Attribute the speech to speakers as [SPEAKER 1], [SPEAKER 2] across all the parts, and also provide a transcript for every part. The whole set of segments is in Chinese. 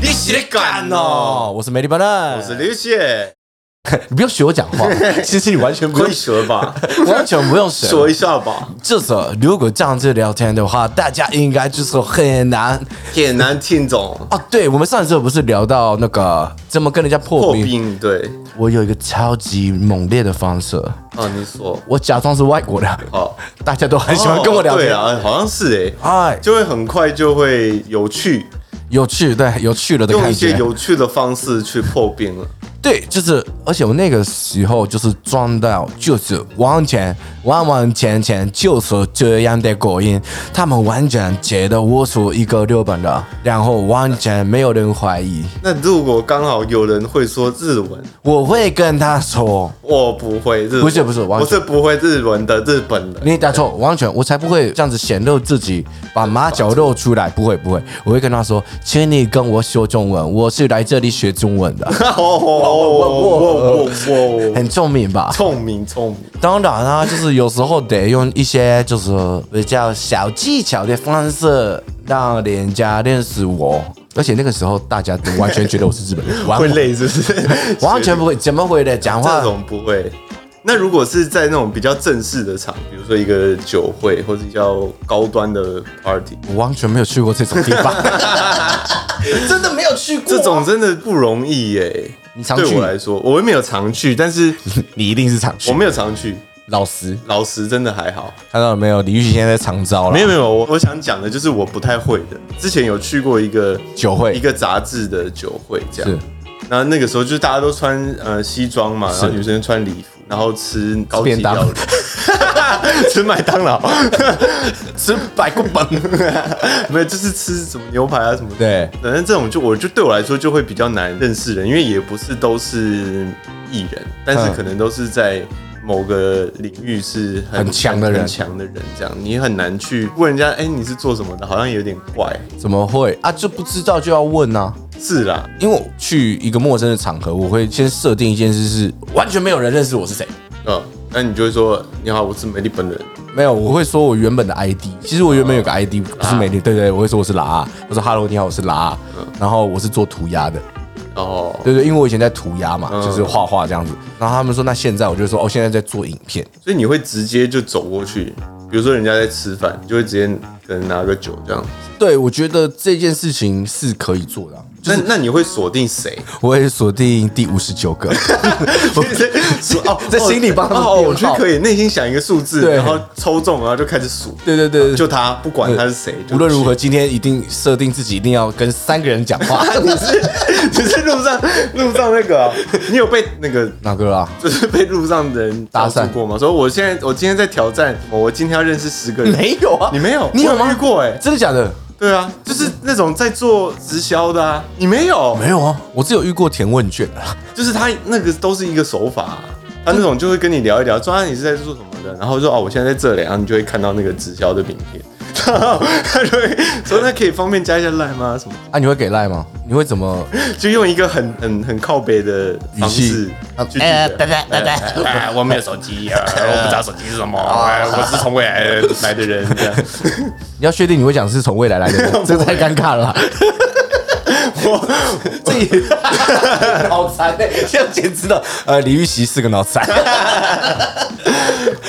[SPEAKER 1] 别
[SPEAKER 2] 敢
[SPEAKER 1] 敢
[SPEAKER 2] 哦！
[SPEAKER 1] 哦
[SPEAKER 2] 我是美丽巴奈，
[SPEAKER 1] 我是刘姐，
[SPEAKER 2] 你不用学我讲 话，其实你完全不用
[SPEAKER 1] 会，说吧？
[SPEAKER 2] 完全不用学。
[SPEAKER 1] 说一下吧，
[SPEAKER 2] 就是如果这样子聊天的话，大家应该就是很难
[SPEAKER 1] 也难听懂。
[SPEAKER 2] 哦。对，我们上一次不是聊到那个怎么跟人家破
[SPEAKER 1] 破
[SPEAKER 2] 冰？
[SPEAKER 1] 冰对，
[SPEAKER 2] 我有一个超级猛烈的方式，
[SPEAKER 1] 啊，你说
[SPEAKER 2] 我假装是外国人，
[SPEAKER 1] 好，
[SPEAKER 2] 大家都很喜欢跟我聊
[SPEAKER 1] 哦对
[SPEAKER 2] 天。
[SPEAKER 1] 啊，好像是哎，
[SPEAKER 2] 哎，
[SPEAKER 1] 就会很快就会有趣，
[SPEAKER 2] 有趣，对，有趣了的
[SPEAKER 1] 用
[SPEAKER 2] 感
[SPEAKER 1] 一些
[SPEAKER 2] 觉。
[SPEAKER 1] 有趣的方式去破冰了。
[SPEAKER 2] 对，就是，而且我那个时候就是装到，就是完全完完全全就是这样的口音，他们完全觉得我是一个日本人，然后完全没有人怀疑。
[SPEAKER 1] 那如果刚好有人会说日文，
[SPEAKER 2] 我会跟他说，
[SPEAKER 1] 我不会日文，
[SPEAKER 2] 不是不是完
[SPEAKER 1] 我
[SPEAKER 2] 全
[SPEAKER 1] 是不会日文的日本人。
[SPEAKER 2] 你打错，完全我才不会这样子显露自己，把马脚露出来。不会不会，我会跟他说，请你跟我说中文，我是来这里学中文的，
[SPEAKER 1] 哦哦哦哦哦！
[SPEAKER 2] 很聪明吧？
[SPEAKER 1] 聪明聪明，
[SPEAKER 2] 当然啦、就是有时候得用一些就是呃比较小技巧的方式让人家认识我，而且那个时候大家都完全觉得我是日本 人，完
[SPEAKER 1] 会累是不是？
[SPEAKER 2] 完全不会怎么会的讲
[SPEAKER 1] 这
[SPEAKER 2] 话。
[SPEAKER 1] 种不会。那如果是在那种比较正式的场，比如说一个酒会或者比较高端的 party，
[SPEAKER 2] 我完全没有去过这种地方， 真的没有去过啊
[SPEAKER 1] 这种真的不容易耶、
[SPEAKER 2] 你常
[SPEAKER 1] 对
[SPEAKER 2] 去
[SPEAKER 1] 我来说，我没有常去，但是
[SPEAKER 2] 你一定是常去
[SPEAKER 1] 我。没有常去。
[SPEAKER 2] 老师
[SPEAKER 1] 老实，真的还好。
[SPEAKER 2] 看到了没有？李玉玺现在在常招了，
[SPEAKER 1] 没有没有，我我想讲的就是我不太会的。之前有去过一个
[SPEAKER 2] 酒会
[SPEAKER 1] 一个杂志的酒会这样
[SPEAKER 2] 是。
[SPEAKER 1] 然后那个时候就是大家都穿呃西装嘛，然后女生穿礼服，然后吃高级
[SPEAKER 2] 便当
[SPEAKER 1] 料理， 吃麦当劳， 吃百棍棒， 没有就是吃什么牛排啊什么的。
[SPEAKER 2] 对
[SPEAKER 1] 反正这种就我就对我来说就会比较难认识人，因为也不是都是艺人，但是
[SPEAKER 2] 嗯
[SPEAKER 1] 可能都是在某个领域是很
[SPEAKER 2] 很强的人
[SPEAKER 1] 很强的人这样，你很难去问人家，哎、你是做什么的？好像有点怪。
[SPEAKER 2] 怎么会啊？就不知道就要问啊。
[SPEAKER 1] 是啦，
[SPEAKER 2] 因为我去一个陌生的场合，我会先设定一件事是完全没有人认识我是谁。
[SPEAKER 1] 嗯，那你就会说，你好，我是美丽本人。
[SPEAKER 2] 没有，我会说我原本的 ID。其实我原本有个 ID 不是美丽，对对，我会说我是拉。我说 Hello，你好，我是拉。然后我是做涂鸦的，
[SPEAKER 1] 哦，
[SPEAKER 2] 对对，因为我以前在涂鸦嘛，就是画画这样子。然后他们说那现在，我就说哦，现在在做影片。
[SPEAKER 1] 所以你会直接就走过去，比如说人家在吃饭，你就会直接可能拿个酒这样。
[SPEAKER 2] 对，我觉得这件事情是可以做的啊。
[SPEAKER 1] 那那你会锁定 谁？
[SPEAKER 2] 我会锁定第五十九个，
[SPEAKER 1] 数哦
[SPEAKER 2] 在心里帮他们
[SPEAKER 1] 哦，
[SPEAKER 2] 编
[SPEAKER 1] 我觉得
[SPEAKER 2] 号
[SPEAKER 1] 可以，内心想一个数字，
[SPEAKER 2] 对
[SPEAKER 1] 然后抽中，然后就开始数，
[SPEAKER 2] 对对 对，
[SPEAKER 1] 就他，不管他是谁，就
[SPEAKER 2] 无论如何，今天一定设定自己一定要跟三个人讲 话。
[SPEAKER 1] 去， 只是路上路上那个啊，你有被那个
[SPEAKER 2] 哪个啊？
[SPEAKER 1] 就是被路上的人
[SPEAKER 2] 搭
[SPEAKER 1] 招
[SPEAKER 2] 讪
[SPEAKER 1] 住过吗？说我现在我今天在挑战，我今天要认识十个人，
[SPEAKER 2] 没有啊，
[SPEAKER 1] 你没有，
[SPEAKER 2] 你有
[SPEAKER 1] 我
[SPEAKER 2] 吗
[SPEAKER 1] 遇？过哎，
[SPEAKER 2] 真的假的？
[SPEAKER 1] 对啊，就是那种在做直销的啊，你没有，
[SPEAKER 2] 没有啊，我只有遇过填问卷啊。
[SPEAKER 1] 就是他那个都是一个手法、啊他那种就会跟你聊一聊，说啊你是在做什么的，然后说哦我现在在这里，然后你就会看到那个直销的名片， 然后他就会说那可以方便加一下 line 吗？什么？
[SPEAKER 2] 啊，你会给赖吗？你会怎么？
[SPEAKER 1] 就用一个很很很靠北的方式
[SPEAKER 2] 语气啊
[SPEAKER 1] 去拒绝。
[SPEAKER 3] 拜拜拜拜。
[SPEAKER 4] 哎，我没有手机， 呃我不知道手机是什么，
[SPEAKER 2] 哦
[SPEAKER 4] 哎我是从未来的
[SPEAKER 1] 来的人这样，
[SPEAKER 2] 你要确定你会讲是从未来来的 人，这个太尴尬了啦。我这也 脑残的，这样简直的。呃，李玉玺是个脑残。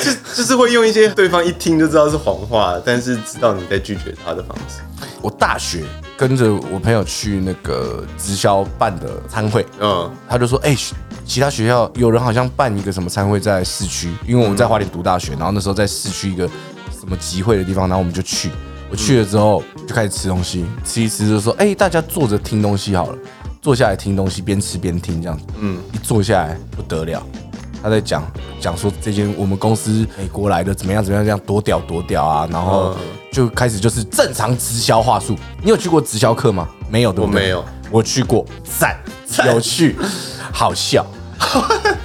[SPEAKER 1] 就 就是会用一些对方一听就知道是谎话，但是知道你在拒绝他的方式。
[SPEAKER 2] 我大学跟着我朋友去那个直销办的参会，
[SPEAKER 1] 嗯，
[SPEAKER 2] 他就说：“哎、其他学校有人好像办一个什么餐会在市区，因为我们在花莲读大学，然后那时候在市区一个什么集会的地方，然后我们就去。我去了之后就开始吃东西，吃一吃就说：哎、大家坐着听东西好了，坐下来听东西，边吃边听这样子。嗯，一坐下来不得了，他在讲讲说这间我们公司美国来的怎么样怎么样，这样多屌多屌啊，然后就开始就是正常直销话术。你有去过直销课吗？没有，对不对？
[SPEAKER 1] 我没有，
[SPEAKER 2] 我去过，赞，有趣， 好笑。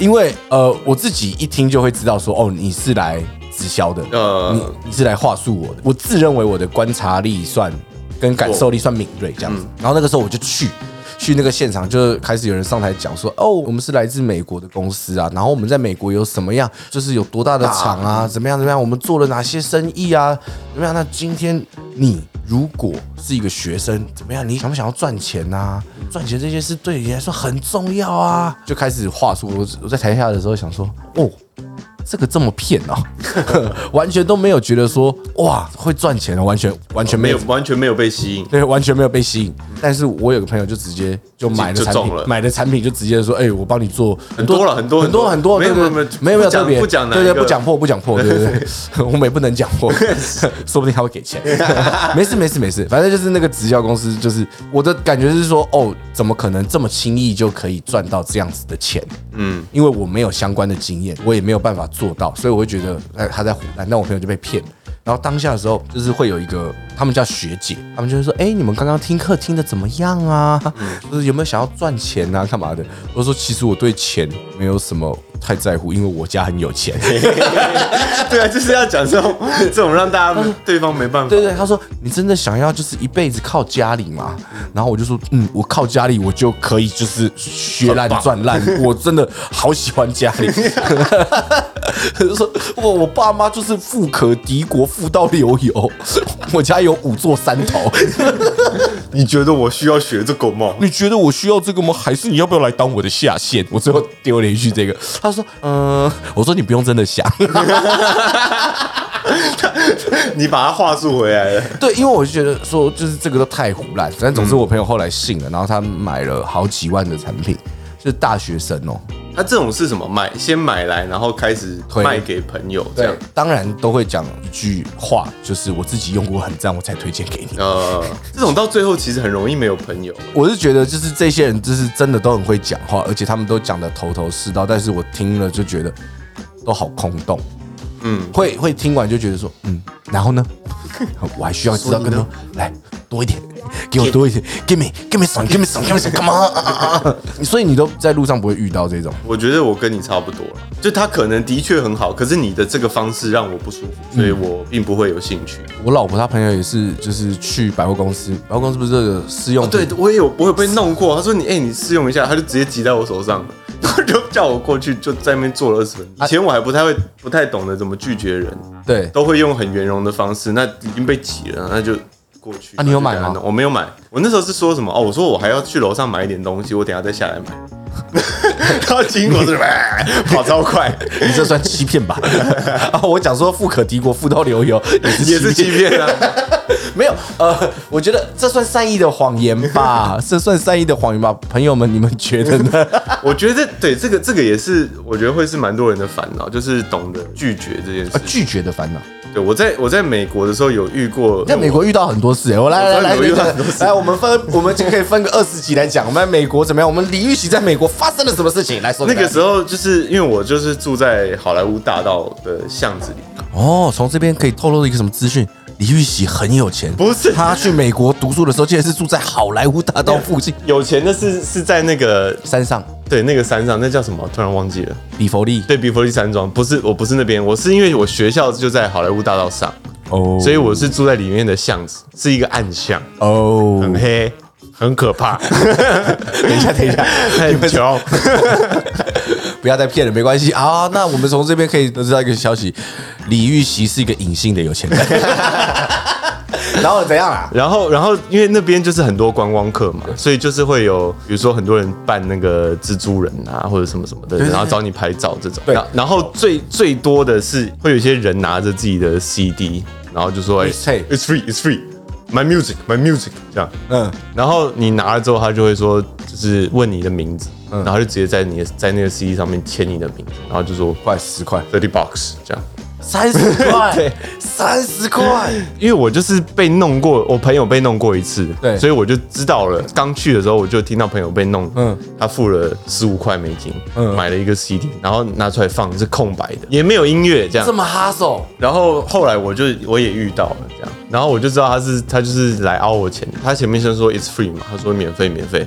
[SPEAKER 2] 因为呃，我自己一听就会知道说，哦，你是来直销的，
[SPEAKER 1] 呃
[SPEAKER 2] 你你是来话术我的。我自认为我的观察力算跟感受力算敏锐这样子。然后那个时候我就去。去那个现场，就是开始有人上台讲说：“哦，我们是来自美国的公司啊，然后我们在美国有什么样，就是有多大的厂啊，怎么样怎么样，我们做了哪些生意啊，怎么样？那今天你如果是一个学生，怎么样？你想不想要赚钱啊？赚钱这件事对你来说很重要啊！就开始话术。我我在台下的时候想说，哦，这个这么骗哦， 完全都没有觉得说哇会赚钱的，完全完全没
[SPEAKER 1] 没
[SPEAKER 2] 有
[SPEAKER 1] 有，完全没有被吸引。
[SPEAKER 2] 对，完全没有被吸引。但是我有个朋友就直接就买了
[SPEAKER 1] 就
[SPEAKER 2] 产品
[SPEAKER 1] 中，了
[SPEAKER 2] 买的产品就直接说，哎、我帮你做很
[SPEAKER 1] 多了很多
[SPEAKER 2] 很多很
[SPEAKER 1] 很
[SPEAKER 2] 多，
[SPEAKER 1] 多
[SPEAKER 2] 对对对
[SPEAKER 1] 没有
[SPEAKER 2] 没
[SPEAKER 1] 没
[SPEAKER 2] 有
[SPEAKER 1] 有
[SPEAKER 2] 没有
[SPEAKER 1] 不讲
[SPEAKER 2] 特别
[SPEAKER 1] 不讲哪
[SPEAKER 2] 对对，
[SPEAKER 1] 一个
[SPEAKER 2] 不讲破不讲破，对对对，我们也不能讲破，说不定他会给钱。 没事没事没事，反正就是那个直销公司，就是我的感觉是说，哦，怎么可能这么轻易就可以赚到这样子的钱？嗯，因为我没有相关的经验，我也没有办法做到，所以我会觉得，哎，他在胡乱，但我朋友就被骗。然后当下的时候，就是会有一个他们叫学姐，他们就会说：“哎、你们刚刚听课听的怎么样啊？就是有没有想要赚钱啊，干嘛的？”我说：“其实我对钱没有什么太在乎，因为我家很有钱。”
[SPEAKER 1] 对啊，就是要讲这种这种让大家对方没办法
[SPEAKER 2] 对。对，他说：“你真的想要就是一辈子靠家里吗？”然后我就说：“嗯，我靠家里，我就可以就是学烂赚 烂，我真的好喜欢家里。” 就说：“我我爸妈就是富可敌国，富到流油，我家有五座山头。”
[SPEAKER 1] 你觉得我需要学这狗吗？
[SPEAKER 2] 你觉得我需要这个吗？还是你要不要来当我的下线？我最后丢了一句这个，他说，嗯、我说你不用真的想，
[SPEAKER 1] 你把它话术回来了，
[SPEAKER 2] 对，因为我就觉得说，就是这个都太胡乱。反正总之，我朋友后来信了，然后他买了好几万的产品，是大学生哦、
[SPEAKER 1] 他这种是什么？买先买来，然后开始
[SPEAKER 2] 推
[SPEAKER 1] 卖给朋友这
[SPEAKER 2] 对
[SPEAKER 1] 样。，
[SPEAKER 2] 当然都会讲一句话，就是我自己用过很赞，我才推荐给你。
[SPEAKER 1] 呃，这种到最后其实很容易没有朋友。
[SPEAKER 2] 我是觉得，就是这些人，就是真的都很会讲话，而且他们都讲的头头是道，但是我听了就觉得都好空洞。
[SPEAKER 1] 嗯，
[SPEAKER 2] 会会听完就觉得说，嗯，然后呢， 我还需要知道更多，来多一点，给我多一点，give me give me some give me some give me some，come on，啊 啊啊啊所以你都在路上不会遇到这种，
[SPEAKER 1] 我觉得我跟你差不多了，就他可能的确很好，可是你的这个方式让我不舒服，所以
[SPEAKER 2] 嗯
[SPEAKER 1] 我并不会有兴趣。
[SPEAKER 2] 我老婆她朋友也是，就是去百货公司，百货公司不是这个试用品
[SPEAKER 1] 对，我也有我有被弄过。他说你哎、你试用一下，他就直接挤在我手上了，然后就叫我过去，就在那边坐了二十分钟。以前我还不太会，不太懂得怎么拒绝人，
[SPEAKER 2] 对
[SPEAKER 1] 都会用很圆融的方式。那已经被挤了，那就过去。
[SPEAKER 2] 啊你有买吗
[SPEAKER 1] 然后就给他弄我没有买，我那时候是说什么？哦，我说我还要去楼上买一点东西，我等一下再下来买。 然后经过是哎跑超 快，
[SPEAKER 2] 你这算欺骗吧？ 啊，我讲说富可敌国，富到流油
[SPEAKER 1] 也是欺骗啊。
[SPEAKER 2] 没有，呃，我觉得这算善意的谎言 吧，这算善意的谎言吧，朋友们，你们觉得呢？
[SPEAKER 1] 我觉得对这个这个也是，我觉得会是蛮多人的烦恼，就是懂得拒绝这件事
[SPEAKER 2] 啊。拒绝的烦恼。
[SPEAKER 1] 对我在我在美国的时候有遇过，
[SPEAKER 2] 在美国遇到很多事、欸，我来来
[SPEAKER 1] 我在
[SPEAKER 2] 来
[SPEAKER 1] 美国遇到
[SPEAKER 2] 来
[SPEAKER 1] 很多事
[SPEAKER 2] 来，我们分，我们就可以分个二十集来讲，我们在美国怎么样？我们李玉玺在美国发生了什么事情？来说
[SPEAKER 1] 那个时
[SPEAKER 2] 候，
[SPEAKER 1] 候就是因为我就是住在好莱坞大道的巷子里，
[SPEAKER 2] 哦，从这边可以透露一个什么资讯？李玉玺很有钱，
[SPEAKER 1] 不是
[SPEAKER 2] 他去美国读书的时候，竟然是住在好莱坞大道 附近
[SPEAKER 1] 有钱的是是在那个
[SPEAKER 2] 山上，
[SPEAKER 1] 对那个山上，那叫什么？突然忘记了。
[SPEAKER 2] 比佛利
[SPEAKER 1] 对，比佛利山庄不是，我不是那边，我是因为我学校就在好莱坞大道上，
[SPEAKER 2] 哦
[SPEAKER 1] 所以我是住在里面的巷子，是一个暗巷，
[SPEAKER 2] 哦，
[SPEAKER 1] 很黑，很可怕，
[SPEAKER 2] 等一下，等一 下，
[SPEAKER 1] 很穷。
[SPEAKER 2] 不要再骗了，没关系啊。那我们从这边可以得知到一个消息，李玉玺是一个隐性的有钱 人。然后怎样啊啦？
[SPEAKER 1] 然后，然后因为那边就是很多观光客嘛，所以就是会有，比如说很多人扮那个蜘蛛人啊，或者什么什么的，
[SPEAKER 2] 对
[SPEAKER 1] 然后找你拍照这种。
[SPEAKER 2] 对
[SPEAKER 1] 然后然后最最多的是会有一些人拿着自己的 CD，然后就说：“哎
[SPEAKER 2] It's tape.
[SPEAKER 1] ，It's free, It's free, my music, my music。”这样。
[SPEAKER 2] 嗯，
[SPEAKER 1] 然后你拿了之后，他就会说，就是问你的名字，
[SPEAKER 2] 嗯
[SPEAKER 1] 然后就直接在你的在那个 CD 上面签你的名字，然后就说
[SPEAKER 2] 快十块，
[SPEAKER 1] thirty bucks 这样。
[SPEAKER 2] 三十块 嗯
[SPEAKER 1] 对，
[SPEAKER 2] 三十块，
[SPEAKER 1] 因为我就是被弄过，我朋友被弄过一次，
[SPEAKER 2] 对
[SPEAKER 1] 所以我就知道了。刚去的时候我就听到朋友被弄，
[SPEAKER 2] 嗯
[SPEAKER 1] 嗯，他付了十五块美金，
[SPEAKER 2] 嗯
[SPEAKER 1] 买了一个 CD，然后拿出来放是空白的，也没有音乐这样
[SPEAKER 2] 这。么哈手，
[SPEAKER 1] 然后后来我就我也遇到了这样，然后我就知道他是他就是来凹我钱，他前面先说 it's free 嘛，他说免费免费，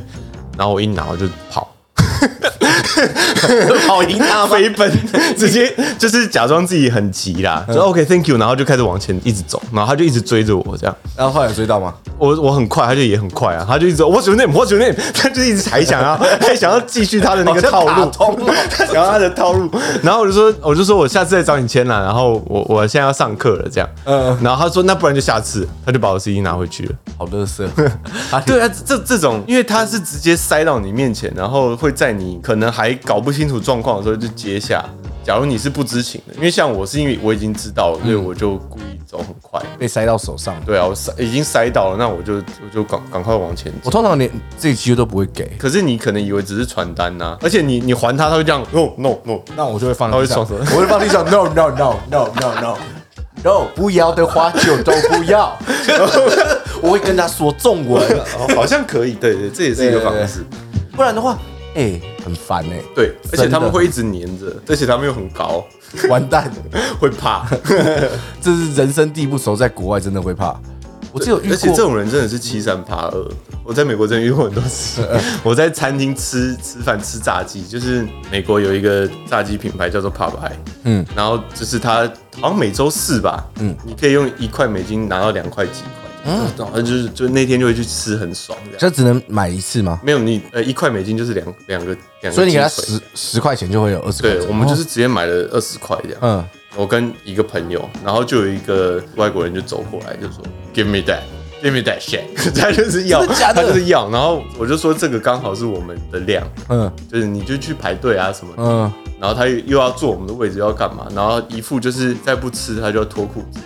[SPEAKER 1] 然后我一拿我就跑，
[SPEAKER 4] 跑赢他吗？
[SPEAKER 1] 飞奔，直接就是假装自己很急
[SPEAKER 4] 嗯
[SPEAKER 1] 啦，就 OK，Thank、you，然后就开始往前一直走，然后他就一直追着我这样，
[SPEAKER 2] 然后后来有追到吗？
[SPEAKER 1] 我我很快，他就也很快啊，他就一直 What's your name？What's your name？他就一直还想要还想要继续他的那个套
[SPEAKER 2] 好像
[SPEAKER 1] 路
[SPEAKER 2] 卡，通哦
[SPEAKER 1] 他想要他的套路，然后我就说我就说我下次再找你签啦，然后我我现在要上课了这样，
[SPEAKER 2] 嗯
[SPEAKER 1] 然后他说那不然就下次，他就把我 CD 拿回去了。
[SPEAKER 2] 好乐色，
[SPEAKER 1] 对啊，这这种，因为他是直接塞到你面前，然后会在你可能还搞不清楚状况的时候就接下。假如你是不知情的，因为像我是因为我已经知道了，所以我就故意走很快。
[SPEAKER 2] 被塞到手上。
[SPEAKER 1] 对啊，我塞已经塞到了，那我就我就赶赶快往前走
[SPEAKER 2] 我。通常连这一期都不会给，
[SPEAKER 1] 可是你可能以为只是传单呐、而且你你还他，他会这样哦 no no no，
[SPEAKER 2] 那我就会放
[SPEAKER 1] 他
[SPEAKER 2] 地
[SPEAKER 1] 会
[SPEAKER 2] 上，
[SPEAKER 1] 爽
[SPEAKER 2] 我会放地上，no no no no no no no，不要的话就都不 要，我会跟他说中文，
[SPEAKER 1] 哦好像可以，对对，这也是一个方式。
[SPEAKER 2] 不然的话，哎，很烦哎，
[SPEAKER 1] 对，而且他
[SPEAKER 2] 真的
[SPEAKER 1] 们会一直黏着，而且他们又很高，
[SPEAKER 2] 完蛋，
[SPEAKER 1] 会 怕。
[SPEAKER 2] 这是人生地不熟，在国外真的会怕。我只有遇
[SPEAKER 1] 而且这
[SPEAKER 2] 过，
[SPEAKER 1] 种人真的是欺善怕恶。我在美国真的遇过很多次。 我在餐厅吃吃饭吃炸鸡，就是美国有一个炸鸡品牌叫做 Popeye，
[SPEAKER 2] 嗯
[SPEAKER 1] 嗯，然后就是它好像每周四吧，嗯，你可以用一块美金拿到两块鸡块，嗯，然后就是就那天就会去吃，很爽这样。
[SPEAKER 2] 这只能买一次吗？
[SPEAKER 1] 没有你呃一块美金就是两两个两个鸡腿，
[SPEAKER 2] 所以你给他十十块钱就会有二十块
[SPEAKER 1] 对
[SPEAKER 2] 钱。
[SPEAKER 1] 我们就是直接买了二十块这样。
[SPEAKER 2] 哦嗯，
[SPEAKER 1] 我跟一个朋友，然后就有一个外国人就走过来，就说 “Give me that, give me that shit”，他 就是要，
[SPEAKER 2] 真的假
[SPEAKER 1] 他
[SPEAKER 2] 的
[SPEAKER 1] 就是要。然后我就说这个刚好是我们的量，
[SPEAKER 2] 嗯
[SPEAKER 1] 就是你就去排队啊什么的。
[SPEAKER 2] 嗯，
[SPEAKER 1] 然后他又又要坐我们的位置，又要干嘛？然后一副就是再不吃他就要脱裤子。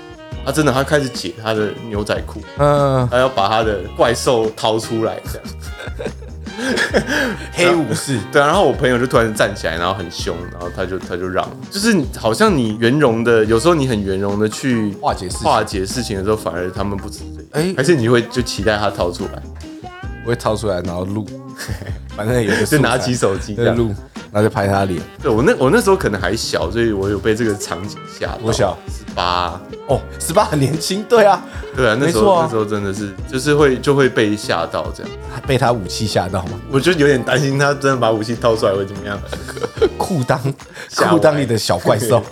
[SPEAKER 1] 他真的，他开始解他的牛仔裤，
[SPEAKER 2] 嗯，
[SPEAKER 1] 他要把他的怪兽掏出来，这样。
[SPEAKER 2] 黑武士，
[SPEAKER 1] 对啊，然后我朋友就突然站起来，然后很凶，然后他就他就让，就是你好像你圆融的，有时候你很圆融的去
[SPEAKER 2] 化解事情
[SPEAKER 1] 化解事情的时候，反而他们不知罪。
[SPEAKER 2] 哎
[SPEAKER 1] 哎，还是你会就期待他逃出来，
[SPEAKER 2] 我会掏出来然后 录，反正有一个
[SPEAKER 1] 就
[SPEAKER 2] 素材
[SPEAKER 1] 拿起手机这
[SPEAKER 2] 在
[SPEAKER 1] 样。
[SPEAKER 2] 录，然后就拍他脸。
[SPEAKER 1] 对我那我那时候可能还小，所以我有被这个场景吓到。
[SPEAKER 2] 多小
[SPEAKER 1] 十八。
[SPEAKER 2] 哦，十八很年轻，对啊，
[SPEAKER 1] 对啊，那时
[SPEAKER 2] 没错
[SPEAKER 1] 候、
[SPEAKER 2] 啊
[SPEAKER 1] 那时候真的是就是会就会被吓到这样，
[SPEAKER 2] 被他武器吓到 吗？
[SPEAKER 1] 我就有点担心他真的把武器掏出来会怎么样。
[SPEAKER 2] 裤裆，
[SPEAKER 1] 吓我
[SPEAKER 2] 裤裆里的小 怪兽。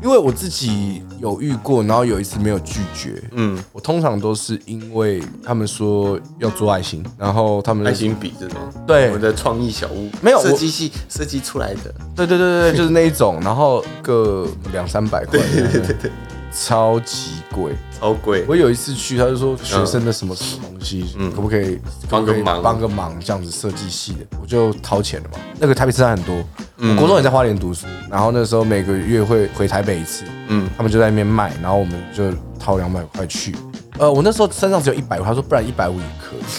[SPEAKER 2] 因为我自己有遇过，然后有一次没有拒绝。
[SPEAKER 1] 嗯，
[SPEAKER 2] 我通常都是因为他们说要做爱心，然后他们
[SPEAKER 1] 爱心笔这种，
[SPEAKER 2] 对
[SPEAKER 1] 我们的创意小屋
[SPEAKER 2] 没有我
[SPEAKER 1] 设计系设计出来的，
[SPEAKER 2] 对对对对，对就是那一种，然后个两三百 块，对对对对，超级贵。
[SPEAKER 1] 超贵。
[SPEAKER 2] 我有一次去，他就说学生的什么什么东西，可不可以
[SPEAKER 1] 嗯帮个
[SPEAKER 2] 可不可以
[SPEAKER 1] 忙
[SPEAKER 2] 帮个忙这样子设计系的，我就掏钱了嘛。那个台北车站很多，
[SPEAKER 1] 嗯
[SPEAKER 2] 我国中也在花莲读书，然后那时候每个月会回台北一次，嗯
[SPEAKER 1] 嗯，
[SPEAKER 2] 他们就在那边卖，然后我们就掏两百块去。呃，我那时候身上只有一百，他说不然一百五也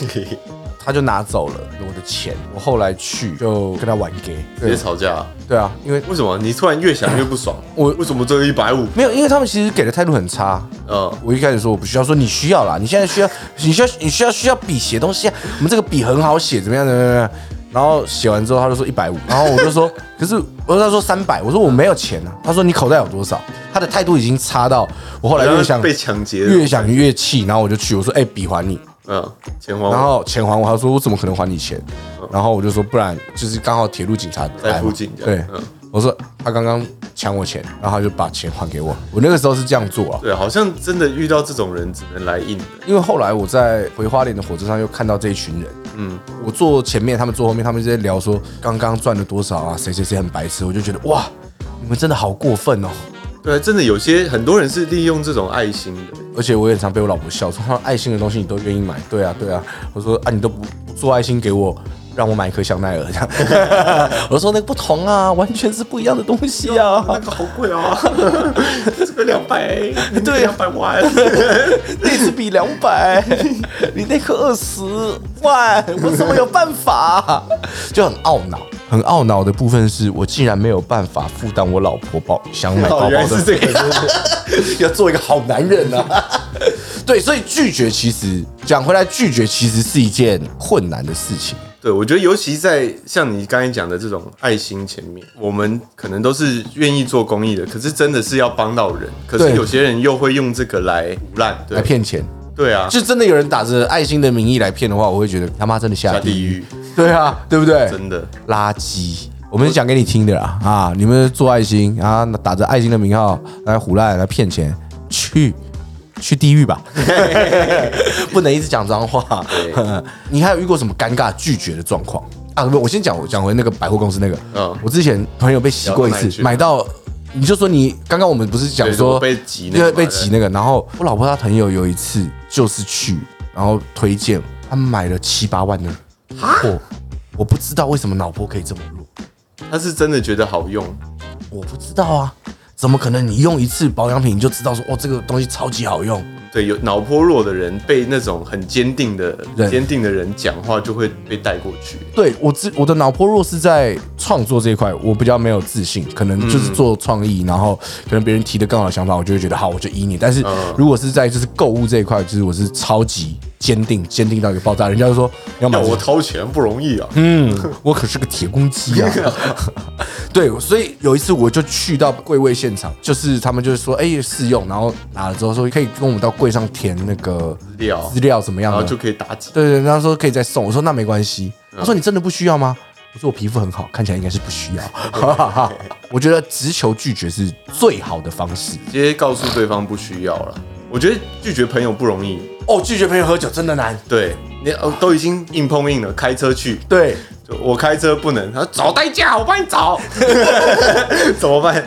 [SPEAKER 2] 可以， 他就拿走了我的钱。我后来去就跟他玩 gay，
[SPEAKER 1] 直接
[SPEAKER 2] 对
[SPEAKER 1] 吵架、
[SPEAKER 2] 对啊，因为
[SPEAKER 1] 为什么你突然越想越不爽？
[SPEAKER 2] 我
[SPEAKER 1] 为什么只有一百五？
[SPEAKER 2] 没有，因为他们其实给的态度很差。
[SPEAKER 1] 嗯，
[SPEAKER 2] 我一开始说我不需要，说你需要啦，你现在需要，你需要，你需要需要笔写东西啊，我们这个笔很好写，怎么样怎么样怎么样。然后写完之后，他就说一百五，然后我就说，可是我说他说三百，我说我没有钱啊，他说你口袋有多少？他的态度已经差到我后来越
[SPEAKER 1] 好
[SPEAKER 2] 想
[SPEAKER 1] 像被抢劫了
[SPEAKER 2] 越想越气，然后我就去，我说哎、笔还你，
[SPEAKER 1] 嗯，钱还我，
[SPEAKER 2] 然后钱还我，他说我怎么可能还你钱？然后我就说不然就是刚好铁路警察来嘛
[SPEAKER 1] 在附近这
[SPEAKER 2] 对
[SPEAKER 1] 样嗯，
[SPEAKER 2] 我说他刚刚抢我钱，然后他就把钱还给我，我那个时候是这样做啊。
[SPEAKER 1] 对，好像真的遇到这种人只能来硬的。
[SPEAKER 2] 因为后来我在回花莲的火车上又看到这一群人，嗯，我坐前面，他们坐后面，他们就在聊说刚刚赚了多少啊，谁谁谁很白痴，我就觉得哇，你们真的好过分哦！
[SPEAKER 1] 对，真的有些很多人是利用这种爱心 的。
[SPEAKER 2] 而且我也很常被我老婆笑，说她爱心的东西你都愿意买，对啊对啊，我说啊你都不不做爱心给我，让我买一颗香奈儿这样， 我就说那个不同啊，完全是不一样的东西啊，
[SPEAKER 1] 那个好贵 哦，这个两百，
[SPEAKER 2] 对
[SPEAKER 1] 两百 万，
[SPEAKER 2] 那支笔两百，你那颗二十万，我怎么有办法、就很懊恼，很懊恼的部分是我竟然没有办法负担我老婆包想买包
[SPEAKER 1] 哦，
[SPEAKER 2] 包
[SPEAKER 1] 原来
[SPEAKER 2] 的
[SPEAKER 1] 是
[SPEAKER 2] 费，
[SPEAKER 1] 这 个，
[SPEAKER 2] 要做一个好男人啊。 对，所以拒绝其实讲回来，拒绝其实是一件困难的事情。
[SPEAKER 1] 对，我觉得尤其在像你刚才讲的这种爱心前面，我们可能都是愿意做公益的，可是真的是要帮到人，可
[SPEAKER 2] 对
[SPEAKER 1] 是有些人又会用这个来胡乱，对
[SPEAKER 2] 来，骗钱，
[SPEAKER 1] 对啊，
[SPEAKER 2] 就真的有人打着爱心的名义来骗的话，我会觉得他妈真的下
[SPEAKER 1] 下地
[SPEAKER 2] 地狱。
[SPEAKER 1] 狱。
[SPEAKER 2] 对啊，对不对？
[SPEAKER 1] 真的。
[SPEAKER 2] 垃圾。我们是讲给你听的啦啊！你们做爱心啊，打着爱心的名号来胡乱来骗钱，去去地狱吧！ 不能一直讲脏话。 你还有遇过什么尴尬拒绝的状况啊？不，我先讲，我讲回那个百货公司那个。
[SPEAKER 1] 嗯
[SPEAKER 2] 我之前朋友被洗过一
[SPEAKER 1] 聊到哪里去
[SPEAKER 2] 次，买到你就说你刚刚我们不是讲
[SPEAKER 1] 对
[SPEAKER 2] 说
[SPEAKER 1] 我被挤那个嘛
[SPEAKER 2] 对被挤那个，然后我老婆她朋友有一次就是去，然后推荐她买了七八万的货，我不知道为什么脑波可以这么弱。
[SPEAKER 1] 他是真的觉得好用，
[SPEAKER 2] 我不知道啊，怎么可能你用一次保养品你就知道说哦这个东西超级好用？
[SPEAKER 1] 对，有脑波弱的人被那种很坚定的
[SPEAKER 2] 人
[SPEAKER 1] 坚定的人讲话，就会被带过去。
[SPEAKER 2] 对我自我的脑波弱是在创作这一块，我比较没有自信，可能
[SPEAKER 1] 嗯
[SPEAKER 2] 就是做创意，然后可能别人提的更好的想法，我就会觉得好，我就依你。但
[SPEAKER 1] 嗯
[SPEAKER 2] 是如果是在就是购物这一块，就是我是超级坚定，坚定到一个爆炸，人家就说你要买
[SPEAKER 1] 要
[SPEAKER 2] 这个
[SPEAKER 1] 我掏钱不容易啊！
[SPEAKER 2] 嗯，我可是个铁公鸡啊！ 对，所以有一次我就去到柜位现场，就是他们就是说，哎、试用，然后拿了之后说可以跟我们到柜上填那个资
[SPEAKER 1] 料
[SPEAKER 2] 资料怎么样
[SPEAKER 1] 然后
[SPEAKER 2] 的？
[SPEAKER 1] 就嗯可以打几，
[SPEAKER 2] 对对，他说可以再送，我说那没关系。他说你真的不需要吗？我说我皮肤很好，看起来应该是不需要。 我觉得直球拒绝是最好的方式。
[SPEAKER 1] 直接告诉对方不需要了。我觉得拒绝朋友不容易，
[SPEAKER 2] 哦，拒绝朋友喝酒真的难。
[SPEAKER 1] 对你哦都已经硬碰硬了，开车去，
[SPEAKER 2] 对，
[SPEAKER 1] 就我开车不能，他说找代驾，我帮你 找，怎么办？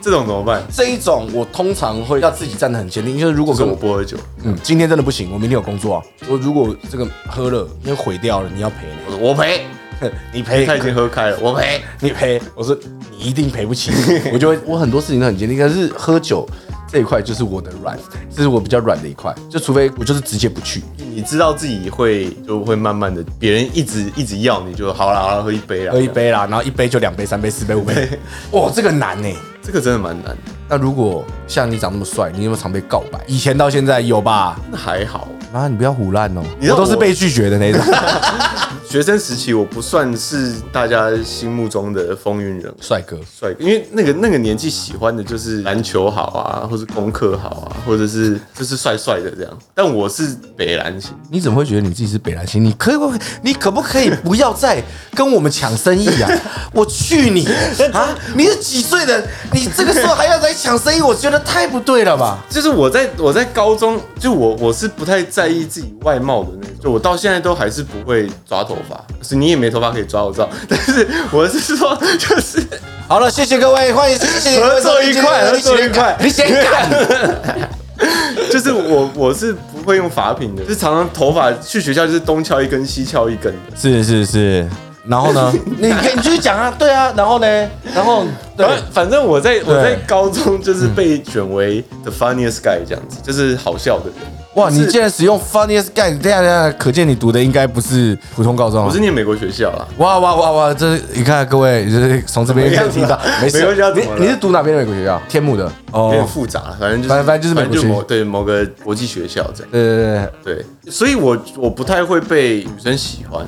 [SPEAKER 1] 这种怎么办？
[SPEAKER 2] 这一种我通常会要自己站得很坚定，就是如果
[SPEAKER 1] 我说
[SPEAKER 2] 跟我
[SPEAKER 1] 我不喝酒，
[SPEAKER 2] 嗯，今天真的不行，我明天有工作啊。我如果这个喝了，因为毁掉了，你要赔
[SPEAKER 1] 我说我赔，
[SPEAKER 2] 你赔
[SPEAKER 1] 他已经喝开了，我赔。
[SPEAKER 2] 你赔。我说你一定赔不 起，我就会我很多事情都很坚定，但是喝酒这一块就是我的软，这是我比较软的一块，就除非我就是直接不去。
[SPEAKER 1] 你知道自己会就会慢慢的，别人一直一直要你就好了，好了，喝一杯啦，
[SPEAKER 2] 喝一，杯 啦，然后一杯就两杯、三杯、四杯、五杯，哇，这个难呢、
[SPEAKER 1] 这个真的蛮难的，
[SPEAKER 2] 那如果像你长那么帅，你有没有常被告白？以前到现在有吧？
[SPEAKER 1] 那还好。
[SPEAKER 2] 妈，你不要胡乱哦，
[SPEAKER 1] 你
[SPEAKER 2] 我
[SPEAKER 1] 让
[SPEAKER 2] 都是
[SPEAKER 1] 我
[SPEAKER 2] 被拒绝的那种。
[SPEAKER 1] 学生时期我不算是大家心目中的风云人物。
[SPEAKER 2] 帅哥，
[SPEAKER 1] 帅哥，因为那个那个年纪喜欢的就是篮球好啊，或是功课好啊，或者是就是帅帅的这样。但我是北篮型，
[SPEAKER 2] 你怎么会觉得你自己是北兰星？你可不，你可不可以不要再跟我们抢生意啊？我去 你啊！你是几岁的？你这个时候还要来抢生意，我觉得太不对了吧？
[SPEAKER 1] 就是我在我在高中，就我我是不太在意自己外貌的那种，就我到现在都还是不会抓头发，是你也没头发可以抓，我知道。但是我是说，就是
[SPEAKER 2] 好了，谢谢各位，欢迎谢谢各位
[SPEAKER 1] 合作愉快
[SPEAKER 2] 收听今天的
[SPEAKER 1] 合作愉快
[SPEAKER 2] 你先干，
[SPEAKER 1] 就是我我是不会用法品的，就是常常头发去学校就是东敲一根西敲一根的。
[SPEAKER 2] 是是是。 然后呢？你可以你继续讲啊，对啊。然后呢？然后对
[SPEAKER 1] 反正反正我在我在高中就是被选为
[SPEAKER 2] 嗯
[SPEAKER 1] the funniest guy 这样子，就是好笑的人。
[SPEAKER 2] 哇，
[SPEAKER 1] 就是
[SPEAKER 2] 你竟然使用 funniest guy，这样这样，可见你读的应该不是普通高中
[SPEAKER 1] 我
[SPEAKER 2] 啊
[SPEAKER 1] 是。念美国学校啦，
[SPEAKER 2] 哇哇哇哇！这你看各位，就是从这边可以听到
[SPEAKER 1] 怎么，样
[SPEAKER 2] 没事
[SPEAKER 1] 美国学校。
[SPEAKER 2] 你
[SPEAKER 1] 怎么了
[SPEAKER 2] 你是读哪边的美国学校？天母的
[SPEAKER 1] 有点
[SPEAKER 2] 哦。
[SPEAKER 1] 复杂了，反正就是
[SPEAKER 2] 反正反正就是美国学校
[SPEAKER 1] 某对某个国际学校这样。
[SPEAKER 2] 对对对，
[SPEAKER 1] 对，所以我我不太会被女生喜欢。